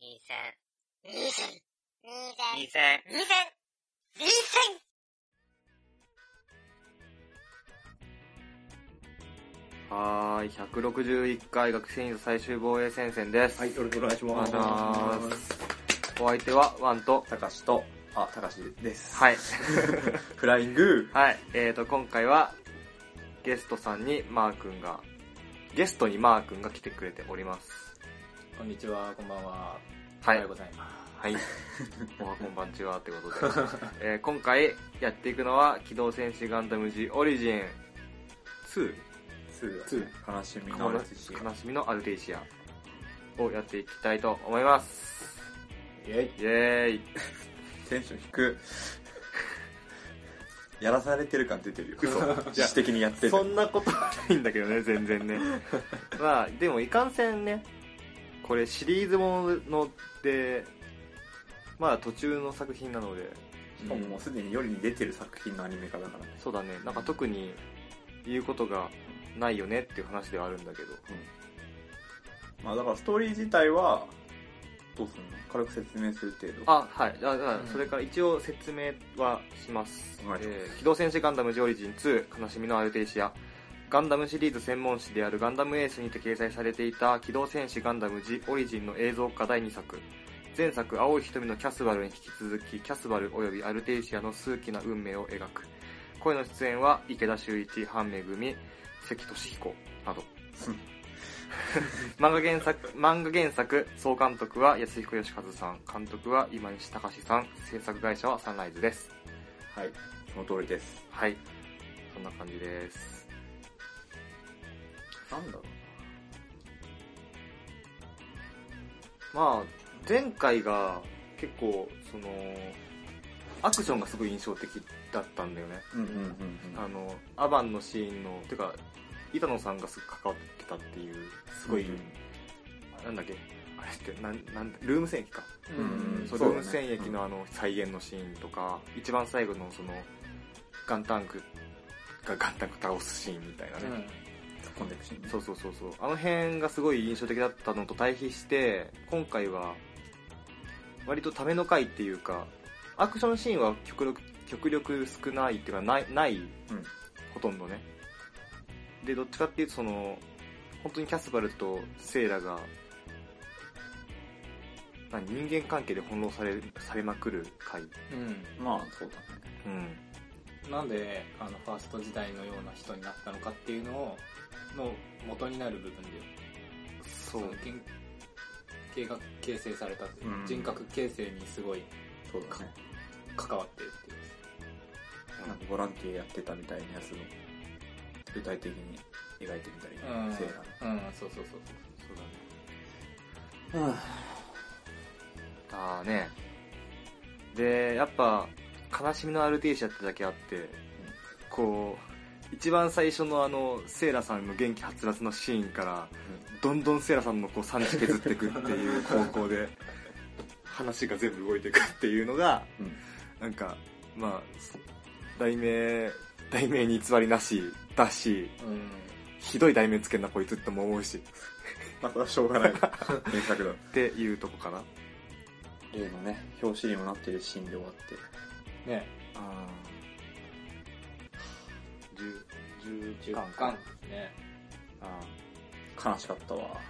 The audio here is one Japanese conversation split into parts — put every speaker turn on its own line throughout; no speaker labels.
二千。
二千。二千。
二千。
二千。二千。
はーい、161回学生院最終防衛戦線です。
はい、よろしくお願いしま
お願い
す。
しまお相手はワンと、
たかしと、あ、たかしです。
はい。
フライング。
はい、えーと、今回は、ゲストさんにマー君が、ゲストにマー君が来てくれております。
こんにちは、こんばんは。お
は
はよ
い。
うございま
はい。おはこんばんちは、ってことで。えー今回やっていくのは、機動戦士ガンダム G オリジン2。
す。すぐ、悲しみの
悲し悲しみのアルテイシアをやっていきたいと思います。
イェイ。
イェーイ。
テンション低 い。やらされてる感出てるよ。
嘘
自主的に やってる。
そんなことは
ないんだけどね、全然ね。まあ、でもいかんせんね、これシリーズもので、まだ途中の作品なので、
しかももうすでに夜に出てる作品のアニメ化だからね。
そうだね、なんか特に言うことがないよねっていう話ではあるんだけど。
まあだからストーリー自体は、どうするの軽く説明する程度。
あ、はい。ああ
うん
それから一応説明はします。
お願いします
えー機動戦士ガンダムジオリジン2、悲しみのアルテイシア。ガンダムシリーズ専門誌であるガンダムエースにて掲載されていた機動戦士ガンダムジオリジンの映像化第2作。前作、青い瞳のキャスバルに引き続き、キャスバル及びアルテイシアの数奇な運命を描く。声の出演は、池田修一、半恵組、関俊彦など。漫画原作、漫画原作、総監督は安彦義和さん、監督は今西隆さん、制作会社はサンライズです。
はい。その通りです。
はい。そんな感じです。なんだろう。まあ、前回が結構、その、アクションがすごい印象的だったんだよね。
うんうんうん
あの、アバンのシーンの、てか、板野さんがすぐ関わってきたっていう、すごい、
うん
なんだっけ、あれって、なん、なんだルーム戦役か。
うん
そう
そ
ル
うだ
ー
ね
ム戦役のあの再現のシーンとか、一番最後のそのガンタンクがガンタンク倒すシーンみたいなね、
突っ込んでいくシーンね
そうそうそうそうあの辺がすごい印象的だったのと対比して今回は割とための回っていうかアクションシーンは極力極力少ないっていうかないない
うん。
ほとんどねでどっちかっていうとその本当にキャスバルとセイラが何人間関係で翻弄されされまくる回
うん。
まあそうだね。
うん
なんで、あの、ファースト時代のような人になったのかっていうのを、の元になる部分で、
そう
の原型が形成されたという、
うん
人格形成にすごい
そうだね。
関わってるっていう。
なんかボランティアやってたみたいなやつを、具体的に描いてみたり
うん、
せい
うん、そうそうそう
そうだね
なの。
あーねでやっぱ悲しみのアルティシアってだけあって、こう一番最初のあのセイラさんの元気はつらつのシーンから、どんどんセイラさんのこう産地削っていくっていう方向で話が全部動いていくっていうのが
うん。
なんかまあ題名題名に偽りなしだし
そう。うん。
ひどい題名つけんなこいつっても思うし
まあそれはしょう がない。原作だ。
っていうとこかな
例のね、表紙にもなってるシーンで終わって。
ね、
あ
10
10
巻ですね。
あ
悲しかったわ。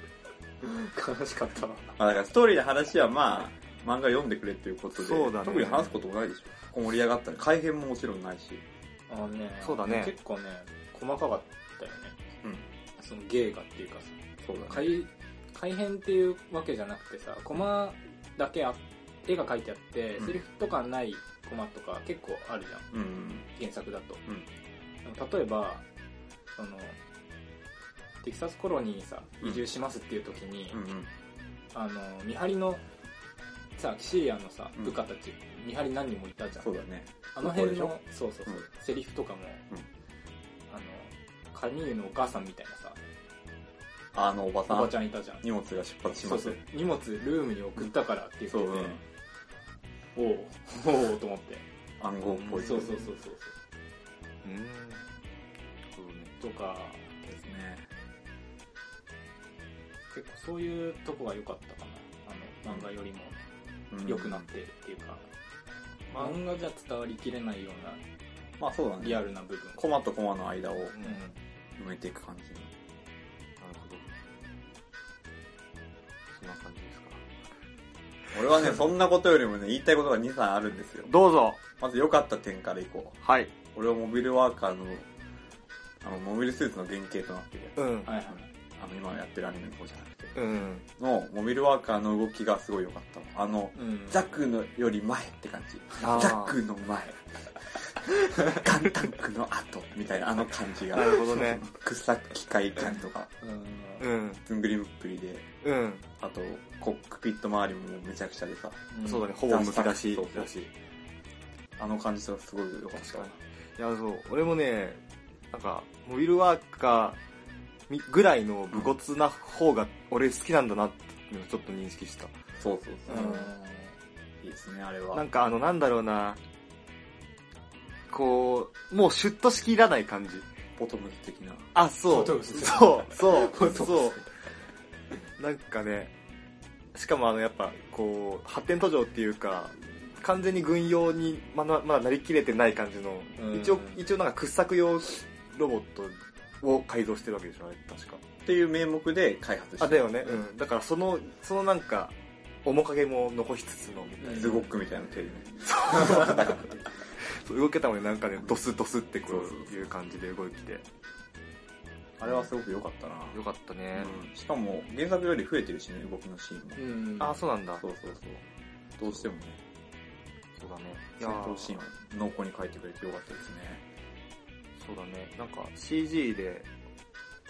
悲しかったわ。
まあだからストーリーの話はまあ、漫画読んでくれっていうことで、
そうだね
特に話すこともないでしょ。ここ盛り上がったら、改編ももちろんないし。
あのね、
そうだね
結構ね、細かかったよね。
うん。
その芸がっていうかさ、
そうだね。
改、改編っていうわけじゃなくてさ、コマだけあ、絵が描いてあって、
うん
セリフとかないコマとか結構あるじゃ
う
ん、
ん。
原作だと。
うん
でも例えば、その、テキサスコロニーにさ、
うん
移住しますっていう時に、
うんうん。
あの、見張りの、さ、キシリアのさ
う、ん
部下たち、見張り何人もいたじゃん
そう。だね。
あの辺
こ
の、そうそうそう、
うん
セリフとかも、
うん
あの、カミーユのお母さんみたいなさ、
あのおばさ
おば
ん
ち、ゃんいたじゃん。
荷物が出発し
そ
ま
う
す
そ。う、荷物ルームに送ったからって言って
そう、
て、
うん。
おう、おうと思って。
暗号っぽい。
そうそうそうそう
ーうんそうね
そう。とか、
ですね。
結構そういうとこが良かったかな。漫画よりも
うん
良くなってるっていうか、漫画じゃ伝わりきれないよう
まあそうだ
な
ね
リアルな部分
コマとコマの間を
うん
う
なる
ん
埋めていく感じ
ほどそんな感じですか
俺はねそんなことよりもね言いたいことが2歳あるんですよ
どうぞ
まず良かった点からいこう
はい
俺はモビルワーカーのあのモビルスーツの原型となってるやつ
うん
はいはい
あの今やってるアニメの方じゃなくて
うん
のモビルワーカーの動きがすごい良かったあの
うん
ザックのより前って感じザ
あー
ックの前 ガンタンクの後みたいなあの感じが
なるほど ね
草機械感とか
うん
うん
ずんぐりむっぷりで
うん
あとコックピット周りもめちゃくちゃでさ
ん
そうだねほぼむき出し
そうそう
だし
あの感じとかすごい良かっ
確かにいやそう俺もねなんかモビルワーカーみぐらいの武骨な方が俺好きなんだなっていうのをちょっと認識した
たそうそうそうう、
ん
いいですねあれ
な
は
んかあのなんだろうなこうもうシュッとしきらない感じ
ボトムズ的な
あそ
ボト
う
ムス
そうそうそうなんかねしかもあのやっぱこう発展途上っていうか完全に軍用にまだまだなりきれてない感じの、
うん
一応一応なんか掘削用ロボットを改造してるわけでしょあれ確か
っていう名目で開発してた
あだよね、うん、だからそのそのなんか面影も残しつつのみたいな、
ズゴックみたいな手でね
そう動けたもんねなんかねドスドスってこ
そうそ
う
う
いう感じで動いてて
あれはすごく良かったな、
よかったね、
うんしかも原作より増えてるしね動きのシーンも、
うん
あそうなんだ
そうそうそうどうしてもね
そうだねい
戦
やー
闘シーンを濃厚に描いてくれて良かったですね
そうだねなんか CG で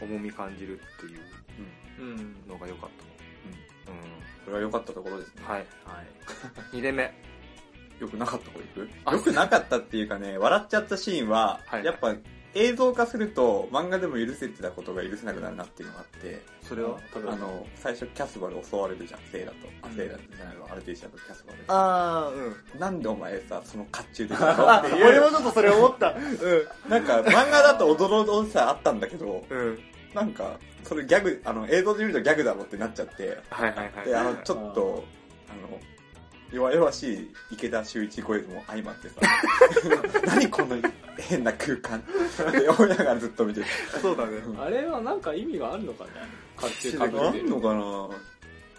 重み感じるっていう
うん
うん
のが良かっ
うん
たう
これは良かったところですね
んはい
はい
2連目
よくなかった方行
あ
くよくなかったっていうかね、笑っちゃったシーンは、
はい
やっぱ映像化すると漫画でも許せてたことが許せなくなるなっていうのがあって、
そ
れは
あの、最初キャスバル襲われるじゃん、セイラと。あ、
うん
セイラじゃないわ、アルティシアとキャスバル。
ああうん
なんでお前さ、その甲冑で来 たの
あ
ってい
俺
う。
もちょっとそれ思ったう
なんか漫画だと驚々しさあったんだけど、
んうん
なんか、それギャグ、あの、映像で見るとギャグだろってなっちゃって、
はいはいはい
で、あの、ちょっと、あの、弱々しい池田修一声も相まってさ、何この変な空間って思いながらずっと見てる。
そうだね
あれはなんか意味があるのかね甲冑か
あ
ぶって
んのかな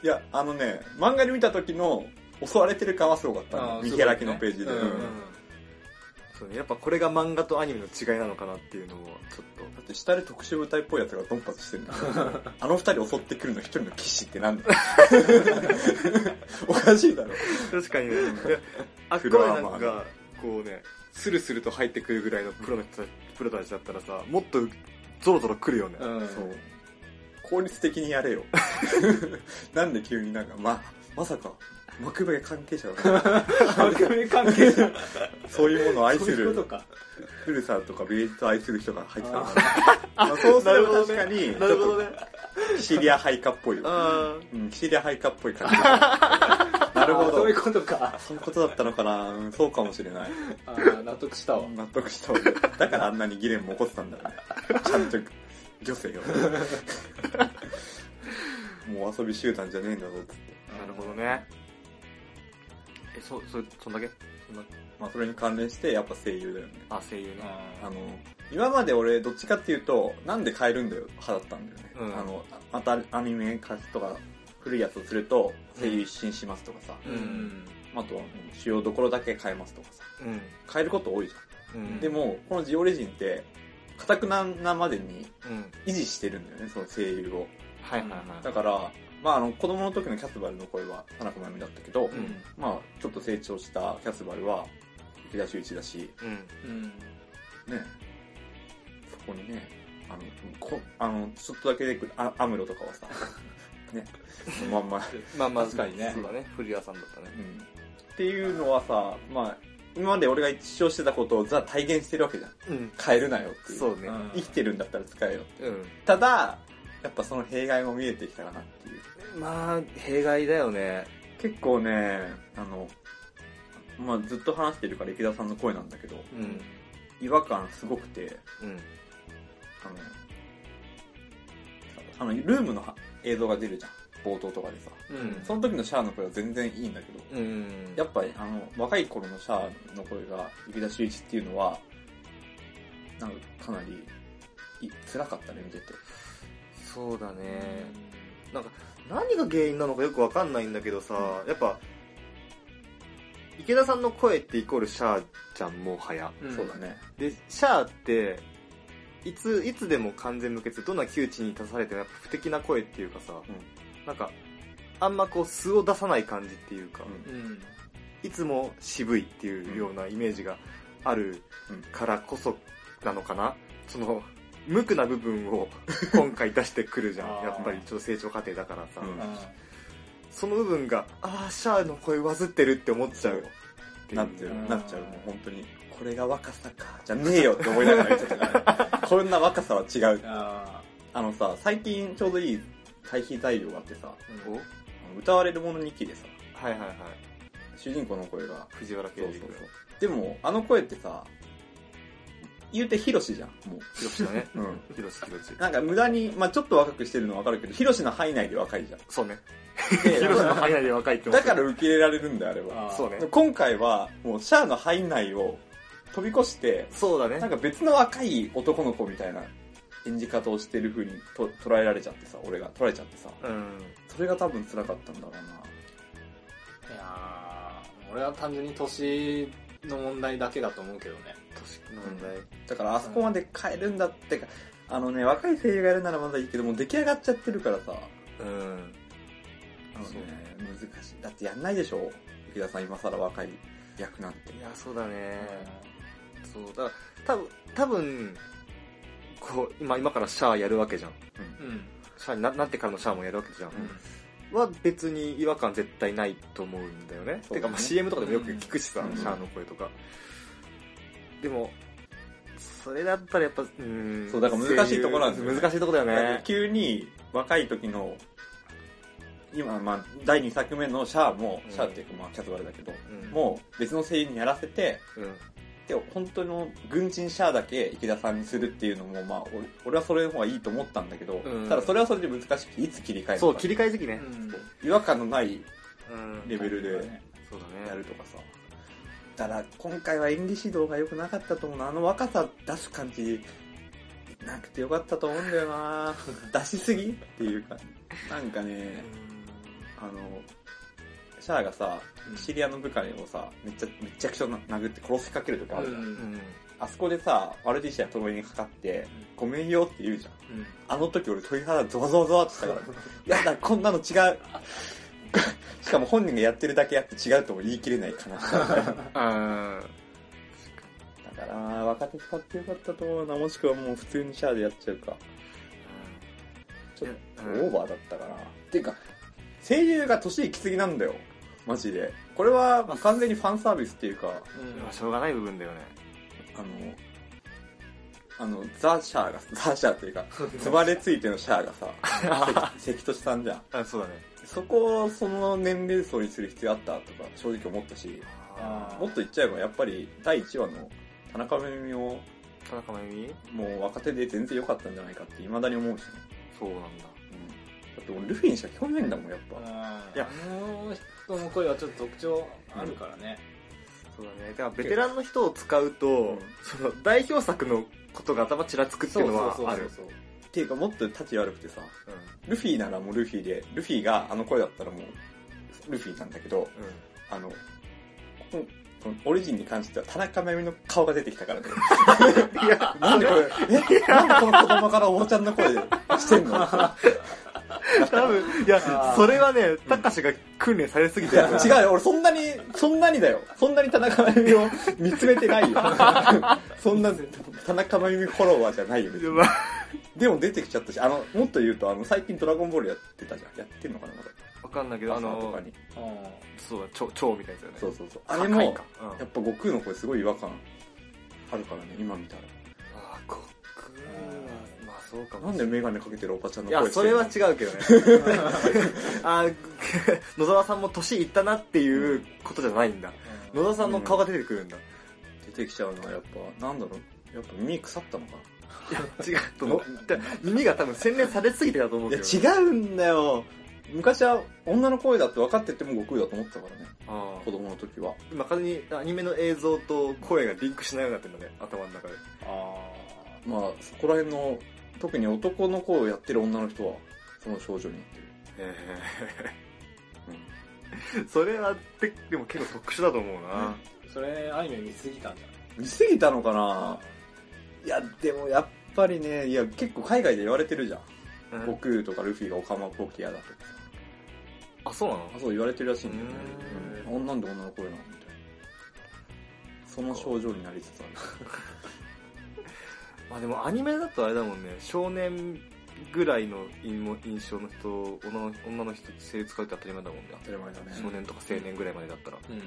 いや、あのね、漫画で見た時の襲われてる感はすごかった
あ
の。
ー
見開きのページで。
そうだ
うん
ねうん
だ
そうねやっぱこれが漫画とアニメの違いなのかなっていうのをちょっと
って下で特殊部隊っぽいやつがドンパチしてるんだけどあの二人襲ってくるの一人の騎士ってなんだ おかしいだろ。
確かにねいやあっこ
フ
ま
ル
で
アー
な
マー
んかこうねスルスルと入ってくるぐらいのプロの人たプロたちだったらさもっとゾロゾロ来るよね、
うん
そう。効率的にやれよ。 なんで急になんか、ま、まさか、幕部関係者が、
革命関係者
そういうものを愛す
そういうこ
る
と、か
古さとかビレッジを愛する人が入ってたのかな。まあそうすると確かに、ち
なるほ
ょ
ど
っ
ね
と、キシリア配下っぽいよ。
あー
うん、キシリア配下っぽい感じ。なるほ
あ
ど
そうい。うことか
そういうことだったのかな、うん、そうかもしれない。
あー納得したわ
納得したわだからあんなに議連も起こってたんだね。ちゃんと、女性よ。もう遊び集団じゃねえんだぞ、つって。
なるほどねえそそそんだけ
まあ、それに関連して、やっぱ声優だよね。
あ声優ね
あ
あ
の、今まで俺、どっちかっていうと、なんで変えるんだよ、派だったんだよね。
うん
あの、またアニメ化とか、古いやつをすると、声優一新しますとかさ、
ーうん
あとは、主要どころだけ変えますとかさ、
うん、
変えること多いじ
う
ゃん。
ん、
でも、このジオレジンって、かたくななまでに
うん
維持してるんだよね、その声優を。
はいはいはい
だから、まあ、あの、子供の時のキャスバルの声は、田中真由美だったけど、
うん
まあ、ちょっと成長したキャスバルは、池田修一だし、
うん
うん
ねそこにねあのこあのちょっとだけ出てくるあアムロとか はさねそのまんま、
まあまあ
確かにね
そうだね古谷さんだったね
うん、っていうのはさまあ今まで俺が一生してたことをザ体現してるわけじゃん
うん
変えるなよっていう
そうね
うん
生きてるんだったら使えよ
う
ただやっぱその弊害も見えてきたかなっていうん
まあ弊害だよね
結構ねあのまあずっと話してるから池田さんの声なんだけど
う
うん
ん
違和感すごくて
うん
あのあのルームのは映像が出るじゃん冒頭とかでさ
うん
その時のシャアの声は全然いいんだけど、
うん
やっぱりあの若い頃のシャアの声が池田秀一っていうのはなんかかなりい辛かったね見てて
そうだね、何が原因なのかよくわかんないんだけどさ、やっぱ池田さんの声ってイコールシャアちゃんもはや
うん
そうだね
でシャアっていついつでも完全無欠どんな窮地に立たされてもやっぱ不敵な声っていうかさ、
ん
なんかあんまこう素を出さない感じっていうか、
うん
うん
いつも渋いっていうようなイメージがある
うん
からこそなのかなその無垢な部分 を今回出してくるじゃん
あー
やっぱりちょっと成長過程だからさ、
うん
あ
その部分がああシャアの声わずってるって思っちゃうっていう
なってる
うん
なっちゃうもう本当にこれが若さかじゃねえよって思いながら見てた からこんな若さは違う
ーあ
あのさ最近ちょうどいい対比材料があってさ
ー
お
あの歌われるもの日記でさ
はいはいはい
主人公の声が
藤原
そう
刑
そう
事
そう
君
でもあの声ってさ言うてヒロシじゃんも
ヒロシだね
ううん
ヒロシヒロシ
なんか無駄に、まあちょっと若くしてるのはわかるけど、ヒロシの範囲内で若いじゃん。
そう ね
で
ヒロシの範囲内で若いって思っ
だ
て
から受け入れられるんだよ、あれは。
あー
そうね
今回は、もうシャアの範囲内を飛び越して、
そうだね
なんか別の若い男の子みたいな演じ方をしてる風にと捉えられちゃってさ、俺が捉えちゃってさ、
うん
それが多分辛かったんだろうな。
いやー俺は単純に年の問題だけだと思うけどね
年の問題、
だからあそこまで変えるんだってか、あのね、若い声優がやるならまだいいけど、もう出来上がっちゃってるからさ、
うん
あのね、難しい。だってやんないでしょ池田さん今更若い役なんて
い。やそうだね
うん、
そうだから多分多分こう今今からシャアやるわけじゃん
うん
シャアにななってからのシャアもやるわけじゃん、
うん
は別に違和感絶対ないと思うんだよね
そうだね
てかまあ CM とかでもよく聞くしさ、
うん
シャアの声とかでもそれだったらやっぱうん
そうだから難しいところなんですよね
難しいところだよ
だって
ね
急に若い時の今、まあ、第2作目のシャアも、
うん
シャアっていうか、まあ、キャスバルだけど、
うん
もう別の声優にやらせて、
うん
で、本当の軍人シャアだけ池田さんにするっていうのも、まあ、俺俺はそれの方がいいと思ったんだけど、
うん
ただそれはそれで難しくて、いつ切り替えるのか
そう切り替え時期ね
うん
違和感のない
うん
レベルで
そうだね
やるとかさ。だから、今回は演技指導が良くなかったと思うな。あの若さ出す感じ、なくてよかったと思うんだよな出しすぎっていうか、なんかね、あの、シャアがさ、
うん
シリアの部下をさ、めっちゃ、めちゃくちゃ殴って殺しかけるとかあるじゃん。
うんうん
あそこでさ、悪ディシアともにかかって、ごめんよって言うじゃん。
うん
あの時俺鳥肌ゾワゾワゾワってしたから、やだ、こんなの違う。 しかも本人がやってるだけやって違うとも言い切れない悲しさ。
あー
だから、若手使ってよかったと思うな。もしくはもう普通にシャアでやっちゃうか。ちょっと
うん
オーバーだったかな。ていうか、声優が年いきすぎなんだよ。マジで。これはまあ完全にファンサービスっていうか、
うん
まあしょうがない部分だよね
あの、あの、ザ・シャアが、ザ・シャアっていうか、つばれついてのシャアが さ、関関俊さんじゃん。
あそうだね
そこをその年齢層にする必要あったとか、正直思ったし、
あ
もっと言っちゃえばやっぱり第1話の田中めぐみも、
田中真由美
もう若手で全然良かったんじゃないかって未だに思うしね。
そうなんだ
うんだって俺ルフィにしか聞こえないんだもん、やっぱ。
いや
あの人の声はちょっと特徴あるからね。
そうだね。だからベテランの人を使うと、
ん
その代表作のことが頭ちらつくっていうのはある。
そう。っていうかもっと立ち悪くてさ、ルフィならもうルフィで、ルフィがあの声だったらもう、ルフィなんだけ
う
ど、
んうん
あの、こここのオリジンに関しては田中真由美の顔が出てきたからね。いや、なんでこれ、え、なんでこの子供からおばちゃんの声でしてんの
多分、いや
あ、ー
それはね、たかしが訓練されすぎてる。
違うよ、俺そんなに、そんなにだよ。そんなに田中真由美を 見つめてない よ。そんな、田中真由美フォロワーじゃないよ。別に
まあ
でも出てきちゃったし、あの、もっと言うと、あの、最近ドラゴンボールやってたじゃん。やってんのかな、まだ。
わかんないけど、あ
朝と
の、
かに。
そうだ、蝶蝶みたいなやつだ
そ
よね。
うそうそう。あ
あ
れ
れ
も、
も、
やっ
かうん
ぱ悟空の声すごい違和感あるからね、今見たら。
あー、こまあそうかも
なんでメガネかけてるおばちゃん
い
の声
や、
して
そ
んの
れは違うけどね。 あー野沢さんも年いったなっていうことじゃないんだ。
うん
野沢さんの顔が出てくるんだ。
出てきちゃうのはやっぱ、なんだろう、やっぱ耳腐ったのか
違うと思う。だから耳が多分洗練されすぎてだと思う
な
け
い
ど。
や、違うんだよ。昔は女の声だって分かってても悟空だと思ってたからね。
あ
子供の時は。
今完全にアニメの映像と声がリンクしないようになってるんだね頭の中で
あ
まあ、そこら辺の、特に男の声をやってる女の人は、その少女になってる。
ええそれはででも結構特殊だと思うな、
ーそれアニメ見すぎたんじゃない
見すぎたのかないや、でもやっぱりね、いや、結構海外で言われてるじゃん。
うん
悟空とかルフィがオカマポキアだとか。
あそうなの
あ、そう言われてるらしいんだよね。
う
うんあなんで女の声なのみたいな。その症状になりつつある。
まあでもアニメだとあれだもんね少年ぐらいの印印象の人女の女の人性使うって当たり前だもんね
当たり前だね
少年とか青年ぐらいまでだったら、
うん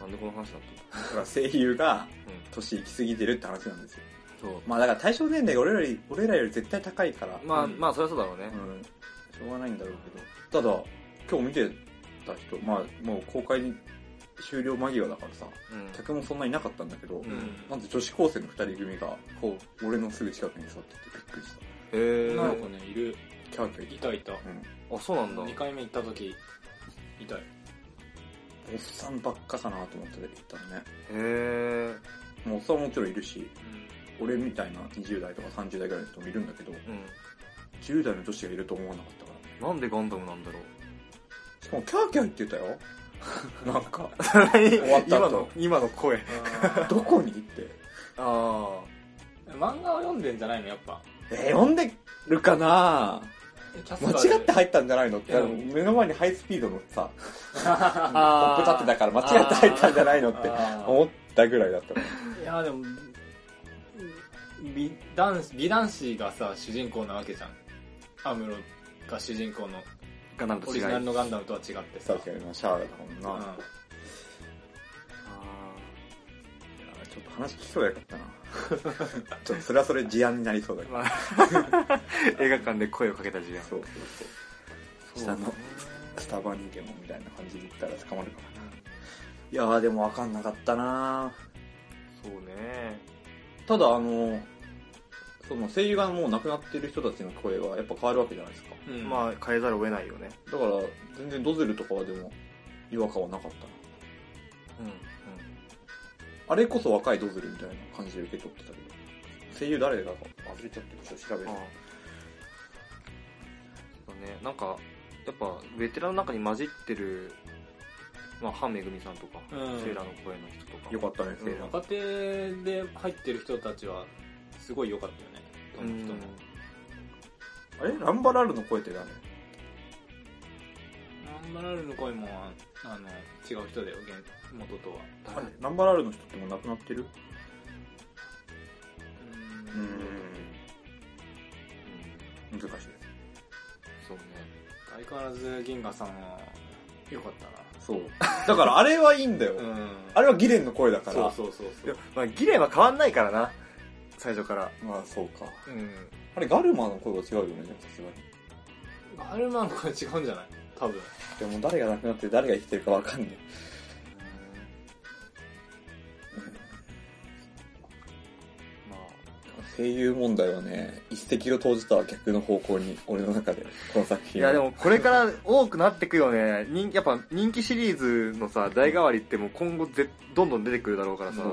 なんでこの話だった
だから声優が
のうん
年行き過ぎてるって話なんですよ。
そう
まあだから対象年齢が俺らより、俺らより絶対高いから。
まあ、
うん
まあそりゃそうだろうね、
うん、しょうがないんだろうけど。ただ、今日見てた人、まあもう公開終了間際だからさ、
うん
客もそんなにいなかったんだけど、
うん
なんと女子高生の二人組が、
ほ
俺のすぐ近くに座っててびっくりした。
うへえ
女の子ねいる
キャーキャー言
い
って
たいた
うん。
あそうなんだ
2回目行った時いたよ
おっさんばっかかなと思って行ったのね。
へ
もうおっさんももちろんいるし、
うん
俺みたいな20代とか30代ぐらいの人もいるんだけど、
え、うん、
10代の女子がいると思わなかったからね。
なんでガンダムなんだろう
しかもキャーキャー言ってたよ。 なんか、
終
わった
今
後
の今の声
どこにって。
あ
漫画を読んでんじゃないのやっぱ
えー、読んでるかな
えキャスターで
間違って入ったんじゃないのって、
いや
目の前にハイスピードのさ、
あ
ポップ立ってたから間違って入ったんじゃないのって
あー
思ったぐらいだったの。
いやでも美男子美男子がさ主人公なわけじゃんアムロが主人公の
ガンダム
オ
と
リ
違い
ジナルのガンダムとは違ってさ
さっきのシャアだもん
あ
な。いやちょっと話聞きそうやかったな。 ちょっとそれはそれ事案になりそうだけ
ー
ど。
まあ 映画館で声をかけた事件
そうそうそう。下のスタバに行けもみたいな感じで言ったら捕まるからな。いやーでもわかんなかったな
そうね
ただあの、その声優がもう亡くなってる人たちの声はやっぱ変わるわけじゃないですか。
うん
まあ変えざるを得ないよね
だから全然ドズルとかはでも違和感はなかったな。
うんうん
あれこそ若いドズルみたいな感じで受け取ってたけど。声優誰だか忘れちゃってるちょっと調べる
ああ。そうだねなんかやっぱベテランの中に混じってるまあハンめぐみさんとか、
うん
セーラーの声の人とか
よかったね、セイラ
若手で入ってる人たちはすごい良かったよねどの人も
あれランバラルの声って誰
ナンバラルの声もあの違う人だよ現元とは
あれランバラルの人ってもう亡くなってる
う
うん難しいです
そうね
相変わらず銀河さんは良かった
そうだからあれはいいんだよ、
なうん
あれはギレンの声だから
そうそうそう
い
そ
や
う
まあギレンは変わんないからな最初から
まあそうか
うん
あれガルマの声は違うよねでもさすがに
ガルマの声違うんじゃない多分
でも誰が亡くなって誰が生きてるかわかんない
まあ
声優問題はね一石を投じた逆の方向に俺の中でこの作
い
品
やでもこれから 多くなってくよね人やっぱ人気シリーズのさ代替わりってもう今後ぜどんどん出てくるだろうからさ、
うん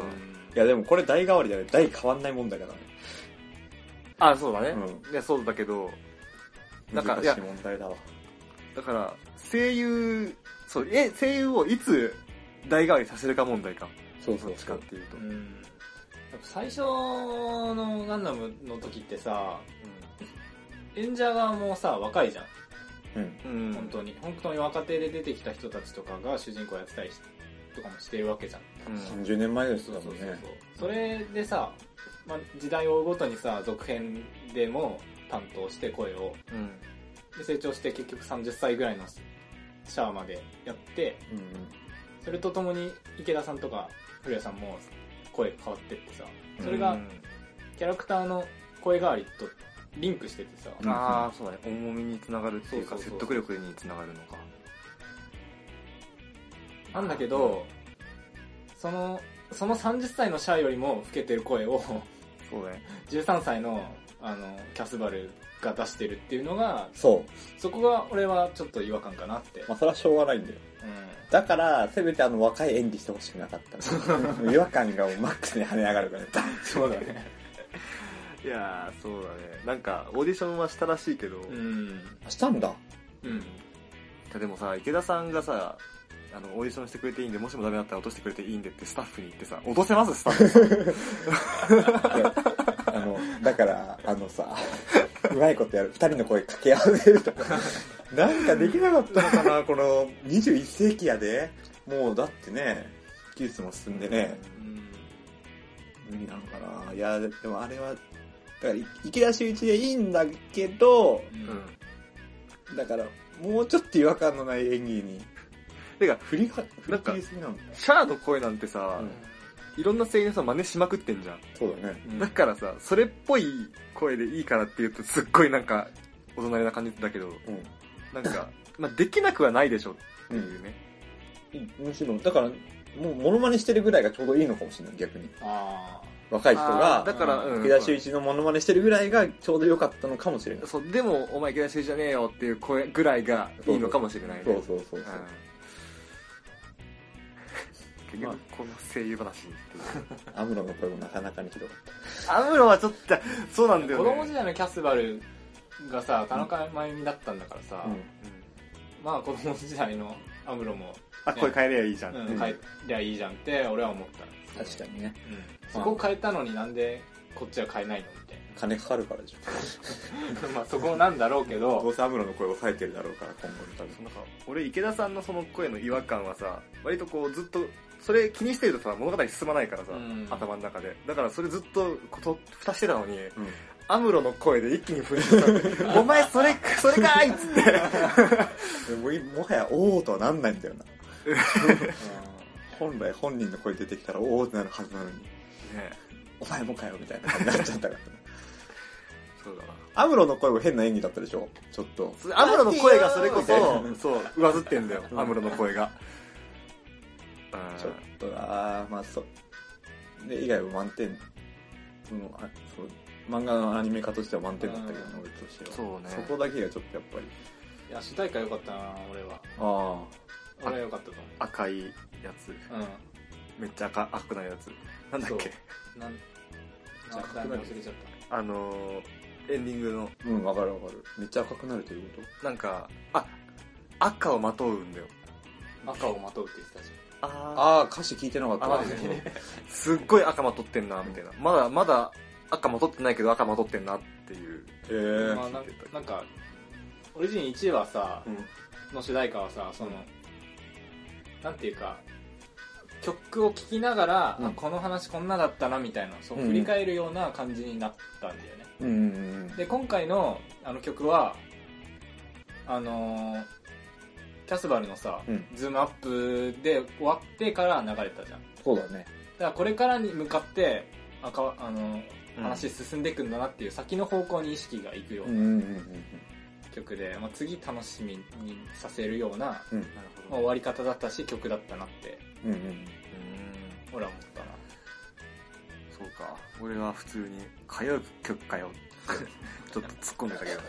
いやでもこれ代替わりじゃない代変わんない問題だからね
あそうだね、
う
いやそうだけどなんか
難しい問題だわ
だから声優そうえ声優をいつ代替わりさせるか問題か
そう
ど
そ
っ
う
ち
そ
かっ
う
ていうと、
うんやっぱ最初のガンダムの時ってさ演者側もさ若いじゃん
うん
うん
本当に本当に若手で出てきた人たちとかが主人公やってたりしとかもしてるわけじゃん
うん
30年前の人
そう
だ
そ
も
うんそう
ね
それでさ、まあ、時代を追うごとにさ続編でも担当して声を
うん
で成長して結局30歳ぐらいのシャアまでやって
うん
それとともに池田さんとか古谷さんも声変わってってさそれが
うん
キャラクターの声変わりとリンクしててさ、
うん
ああそうだね重みにつながるっていうか
そうそう
説
そう
得力につながるのか
なんだけど、そのその30歳のシャアよりも老けてる声を
そうだね
13歳のあのキャスバルが出してるっていうのが
そう。
そこが俺はちょっと違和感かなって、
まあ、それはしょうがないんだよ。
う
だから、せめてあの若い演技してほしくなか った。違和感がもうマックスに跳ね上がるから、ダン
ん、そうだね
いやーそうだねなんかオーディションはしたらしいけど、
うん
あしたんだ。
うん
でもさ池田さんがさあのオーディションしてくれていいんでもしもダメだったら落としてくれていいんでってスタッフに言ってさ落とせますスタッフ
いやあの、だから、あのさ、うまいことやる。二人の声掛け合わせるとか。なんかできなかったのかな、この21世紀やで。もうだってね、技術も進んでね、
うん
無理なのかな。いや、でもあれは、だからい池田秀一でいいんだけど、
うん
だから、もうちょっと違和感のない演技に。
てか
振りが、振
な
り
んか
切りすぎなんだ。
シャアの声なんてさ、いろんな声優さん真似しまくってんじゃん
そうだね。
うん
だからさそれっぽい声でいいからって言うとすっごいなんか大人な感じだけど
うん。
なんか、 まあ、できなくはないでしょっていうね、
むしろ、だから、もう、モノマネしてるぐらいがちょうどいいのかもしれない、逆に。
あ
若い人
あーだ
が、
から、うん
池田秀一のモノマネしてるぐらいがちょうど良かったのかもしれない。
そうでもお前池田秀一じゃねえよっていう声ぐらいがいいのかもしれないね
そうそうそうそう。
うん結局この声優話っていう
アムロの声もなかなかにひどかっ
アムロはちょっとそうな
あ、
んだ
子
よね
供時代のキャスバルがさ田中真由美だったんだからさ、
た。うん。
うん
まあ子供時代のアムロも、
あ声変えればいいじゃん、
う
うんん、
変えりゃいいじゃんって俺は思った、
確かにね。
そこを変えたのになんでこっちは変えないのみた
金かかるからでしょ。
いなまあそこなんだろうけ
ど
ど
うせアムロの声抑えてるだろうから、今後に多分。
なんか俺池田さんのその声の違和感はさ割とこうずっとそれ気にしてるとさ物語進まないからさ、
うん
頭の中でだからそれずっとこと蓋してたのに
うん。
アムロの声で一気に振り切ったお前 それそれかーいっつって
でもいもはや、おおとはなんないんだよな。
う
本来本人の声出てきたら、おおってなるはずなのに、お前もかよみたいな感じになっちゃったから。
そうだな
アムロの声も変な演技だったでしょちょっと。
それアムロの声がそれこ
みたいな
そそう上ずってんだよアムロの声がうん
ちょっとなあまあそう。で、以外は満点。その、あそう、漫画のアニメ化としては満点だったけどね
う、ん
俺としては。
そうね
そこだけがちょっとやっぱり。
んいや主題歌良かったな俺は
あ
俺は良かったと思
赤いやつ
う
めっちゃ赤赤くないやつなんだっけ
そうんなん
じゃあ
なんだ
隠れる
忘れちゃっ
あのーエンディングの
あ。うん、わかるわかる。めっちゃ赤くなるというこ
なんかあ赤をまとうんだよ
た赤をまとうって言ってたじ
と
あ
ああ、歌詞聞いてなかった
あマジですっごい赤まとってんなみたいなまだまだ赤まとってないけど赤まとってんなっていう
え
ゃん、
ー
まあ、なんなんかオリジン1はさ、の主題歌はさその、なんていうか曲を聴きながら、
うん
あこの話こんなだったなみたいなそう
うん
振り返るような感じになったんだよね、
うんうん
で今回のあの曲はあのーキャスバルのさ、
うん
ズームアップで終わってから流れたじゃんだ
そうだね。
からこれからに向かってあかあの
うん
話進んでいくんだなっていう先の方向に意識がいくよ
う
うん
う
なん
うんうん
曲で、まあ、次楽しみにさせるような
うん。
なるほ
まあ、終わり方だったし曲だったなって
うんうん。
う
俺は思ったな
ーんそうか俺は普通に歌謡曲か よちょっと突っ込んでたけど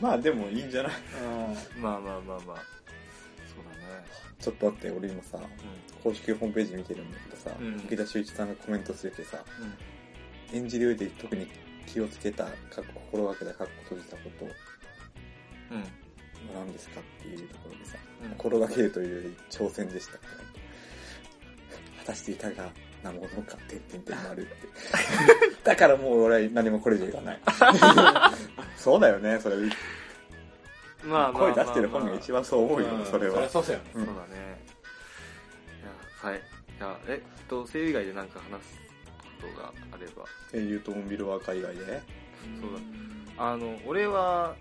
まあでもいいんじゃない
まあまあまあまあそうだね
ちょっと待って、俺今さ、公式ホームページ見てるんだけどさ、
うん
池田秀一さんがコメントしててさ、
うん、
演じる上で特に気をつけた、かっこ心がけた、かっこ閉じたこと
うん
は何ですかっていうところでさ、
うん
心がけるというより挑戦でしたって書いて果たしていかがなものか、てんてんてん 丸って。だからもう俺は何もこれ以上言わない。 そうだよね、それ。
まあまあまあまあ
声出してる本人が一番そう思うよ、それ
そり
は
ゃ。そうだよね
そうだねいやはいじゃあえっと声優以外で何か話すことがあれば
声優とモンビルワーカー以外で。
そうだあの俺は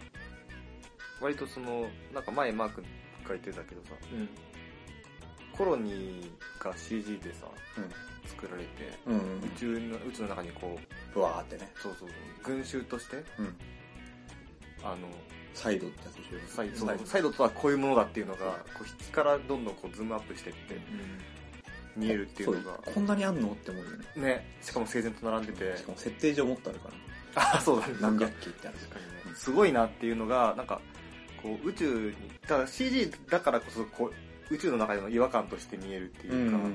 割とそのなんか前マークが言ってたけどさ
うん
コロニーが CG でさ、
うん
作られて
うんうん。
宇宙の宇宙の中にこ
ブワーってね。
うそうそうそう群衆として
うん。
あの
サイドってやつでしょ。
サイそう
サイド
サイドとはこういうものだっていうのがこう引きからどんどんこうズームアップしてって見えるっていうのが
そこんなにあんのって思うよね
ねしかも整然と並んでて
しかも設定上持ってあるから
あそうだね
何百機ってある
確かにねすごいなっていうのがなんかこう宇宙にただ CG だからこそこう宇宙の中での違和感として見えるっていう
うん
か、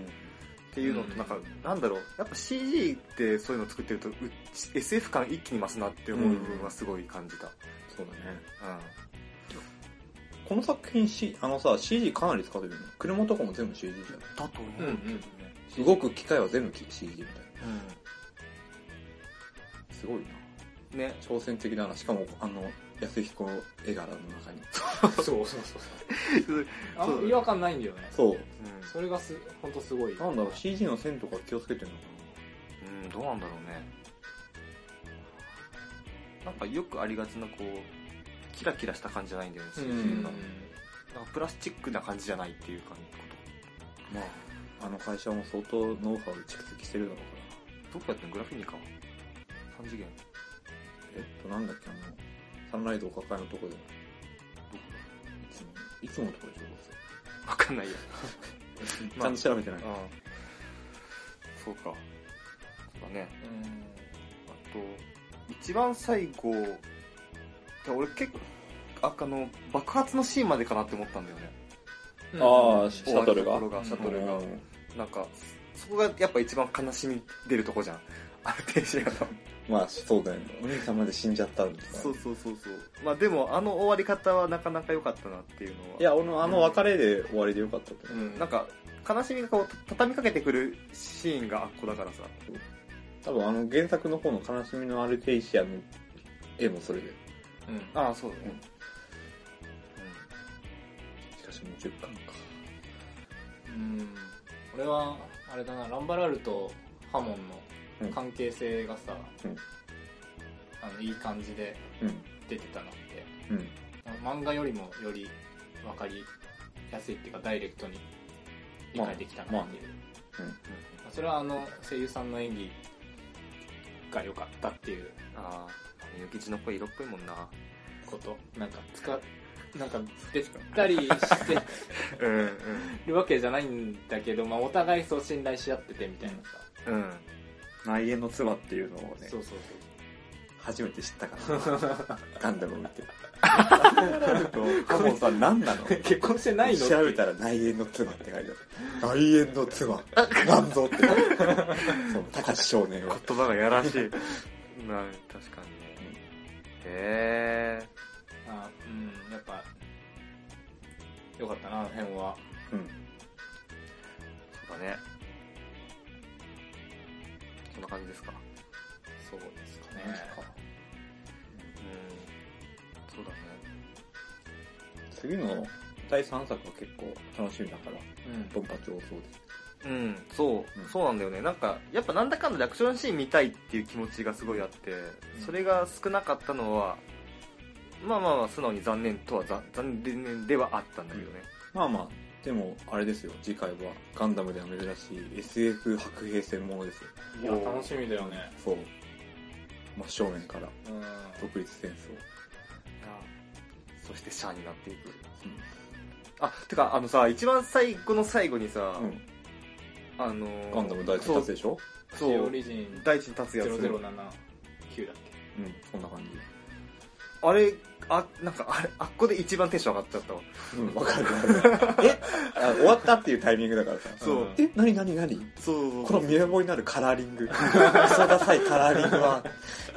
っていうのと
うん
なんか、なんだろうやっぱ CG ってそういうの作ってるとう SF 感一気に増すなって思う部分はすごい感じた、
そうだね
う
この作品、C、あのさ CG かなり使ってるよね車とかも全部 CG じ
ん、だと思うけ
うん
ど
う
ね、
ん
ゃん動く機械は全部 CG みたいなすごいな
うんね
挑戦的だなしかもあの安彦の絵柄の中に
そうそうそう そうあんま違和感ないんだよね
そう
う
それがす本当すごい
なんだろう CG の線とか気をつけてるのか
ん、うん、どうなんだろうねなんかよくありがちなこうキラキラした感じじゃないんだよね、
うん
CG がなんかプラスチックな感じじゃないっていう感じ
なまああの会社も相当ノウハウ蓄積してるだろうか
ことどこやってんのグラフィニカ3次元
らえっとなんだっけあのサンライズお抱えのとこでいつもいつものとこでしょどうせ
わかんないよ、
ちゃんと調べてない、
うんそうかそうだねあと、一番最後、俺結構、ああの、爆発のシーンまでかなって思ったんだよね。
うん
ああ
うん
シャトル
終
が
わるところがシャトルが。
うん
なんか、そこがやっぱ一番悲しみ出るとこじゃん。 あの天使が。
まあそうだよねお兄さんまで死んじゃったんです
そうそうそうそう。まあでも、あの終わり方はなかなか良かったなっていうのは。
い、や俺のあの別れで終わりでよかったと思う、
なんか、悲しみがこう、畳みかけてくるシーンがあっこだからさ。
多分あの原作の方の「悲しみのアルテイシア」の絵もそれで
うん
ああ、そうだね。
しかしもう10巻か
うん俺はあれだなランバラルとハモンの関係性がさ、
うん
あのいい感じで
うん
出てたなって
うん
漫画よりもより分かりやすいっていうかダイレクトに理解できたなっていう、
まあまあうんうん
まあそれはあの声優さんの演技が良かったっていう
ああ、ゆきちの声色っぽいもんな。
ことなんかつ かなんか出たりして
うん、うん。
るわけじゃないんだけど、まあ、お互いそう信頼し合っててみたいなさ、
うん。
内縁の妻っていうのをね
そうそうそう
初めて知ったから ガンダムを見てハモンさん何なの
結婚してないの
調べたら内縁の妻って書いてある内縁の妻なんぞ ってそう高橋少年は
言葉がやらしい。まあ、確かに
うん
ね。へ
あうんやっぱよかったなあの辺は
うん
え、そうだね。そんな感じですか。
そうですかね
うん。そうだね。
次の第3作は結構楽しみだから
うん
ドンパチ多そうで
うん、そうう、
ん
そうなんだよね。なんか、やっぱなんだかんだでアクションシーン見たいっていう気持ちがすごいあって、それが少なかったのは、まあまあまあ、素直に残念とはざ、残念ではあったんだけどね。
まあまあでもあれですよ次回はガンダムでは珍しい SF 白兵戦ものですよ
いや楽しみだよね
そう真正面から
うん
独立戦争
そして、シャアになっていく。あ、てか、あのさ、一番最後の最後にさ、
うん
あのー、
ガンダム第一発でしょ
そう
シオリジン
第一に立つやつ。
0079だっけ
うん、そんな感
あれ、あ、なんかあれ、あっこで一番テンション上がっちゃったわ。
じ。うん、わかるわか る。えあ終わったっていうタイミングだからさ。
そう
うん
え、なになになに
そうそう
この見覚えになるカラーリ ング。クソダサいカラーリング は、青、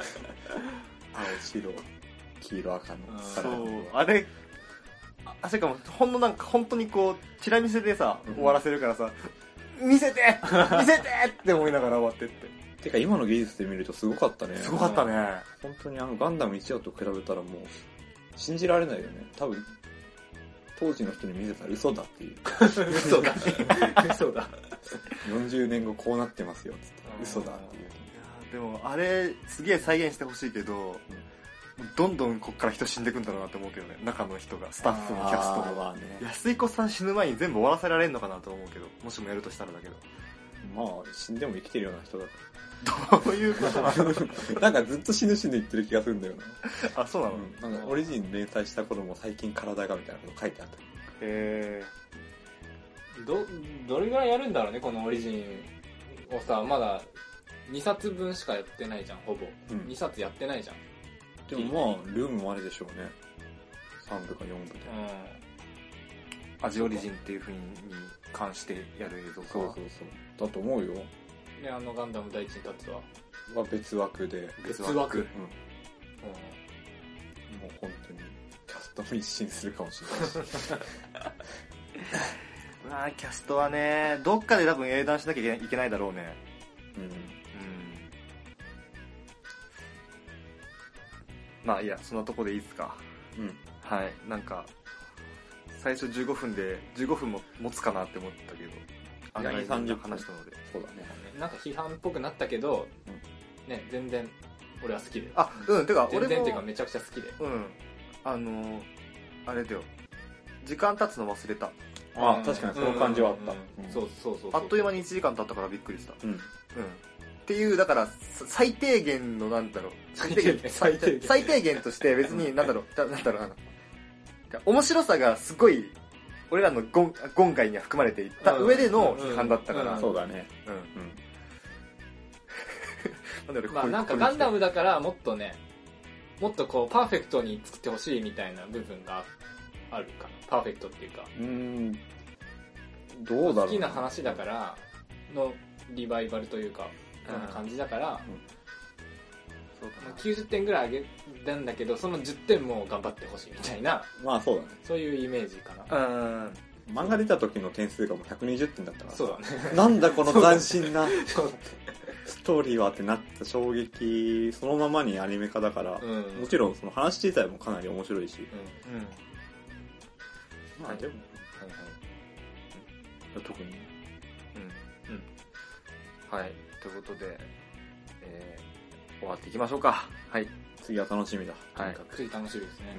白、黄色、赤のカラーリング。
あれ、ああ、しかも、ほんのなんか、本当にこう、チラ見せでさ、
うん
終わらせるからさ、見せて見せてって思いながら終わってって。
てか今の技術で見るとすごかったね。
すごかったね。
本当にあのガンダム1話と比べたらもう、信じられないよね。多分、当時の人に見せたら嘘だっていう。
嘘だ嘘だ
40年後こうなってますよ、つって
う。ん
嘘だっていう。
いやーでも、あれ、すげえ再現してほしいけど、どんどんこっから人死んでくんだろうなって思うけどね、中の人が、スタッフもキャスト
あー
も。
まあね。
安井子さん死ぬ前に全部終わらせられんのかなと思うけど、もしもやるとしたらだけど。
まあ、死んでも生きてるような人だか
どういうことなの
ら。 なんかずっと死ぬ死ぬ言ってる気がするんだよ な。
あ、そうなの、
うん、なんかオリジン連載した頃も最近体がみたいなこと書いてあった。
え
ど、どれぐらいやるんだろうね、このオリジンをさ、まだ2冊分しかやってないじゃん、ほぼ。
うん
2冊やってないじゃん。
でもまあ、ルームもあれでしょうね。3部か4部で。
う
アジオリジンっていう風に関してやる映像
そう
か
そうそう。だと思うよ。
ん。で、あのガンダム第一に立つわ。
は別枠で。
別枠。うん。
うん。もう本当に、キャストも一新するかもしれないし。
まあキャストはねどっかで多分英断しなきゃいけないいけないだろうね
うん。
うんまあいいやそんなとこでいいですか
うん。
はいなんか最初15分で15分も持つかなって思ったけどあんな
意外に30分
話したので
そうだね。
なんか批判っぽくなったけど、
う
ね、全然、俺は好きで。
あうんてか俺
全
も
然っていうかめちゃくちゃ好きで。
うんあのあれだよ時間経つの忘れた
あ
ん
確かにその感じはあった
うんうんうん
うん
そうそうそうそ
あっという間に1時間経ったからびっくりした
うん。
うんっていう、だから、さ最低限の、なんだろう。
最低限
最低限。最低限として、別に、なんだろう、だなんだろう、あの、面白さがすごい、俺らのゴンゴン外には含まれていった上での批判だったから。
うん
そうだね。
うん。な
うん。
んで俺こ
まあ
こに
なんか
ここに
ガ
来
ン
て
ダムだからもっとね、もっとこうパーフェクトに作ってほしいみたいな部分があるかな。パーフェクトっていうか。
うーん。どうだろう。
好きな話だからのリバイバルという
う
か、
ん
ような感じだから、
そうだ
ま
な
あ90点ぐらい上げたんだけど、その10点も頑張ってほしいみたいな、
まあそうだね。
そういうイメージかな。
うん。
漫画出た時の点数がもう120点だったから。
そうだね。
なんだこの斬新な
そう
ストーリーはってなった衝撃、そのままにアニメ化だから、
うん。うん
もちろんその話自体もかなり面白いし。
うん。
まあでも、
はいはい
特に。
うん。うん。はい。ということで、えー、終わっていきましょうか。はい。
次は楽しみだ。
はい。
次楽しみですね。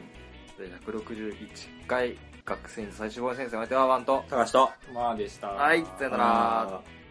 で161回、学生院最終防衛戦線お相手はワンと、
高橋と
まあでした。
はいさよなら
あー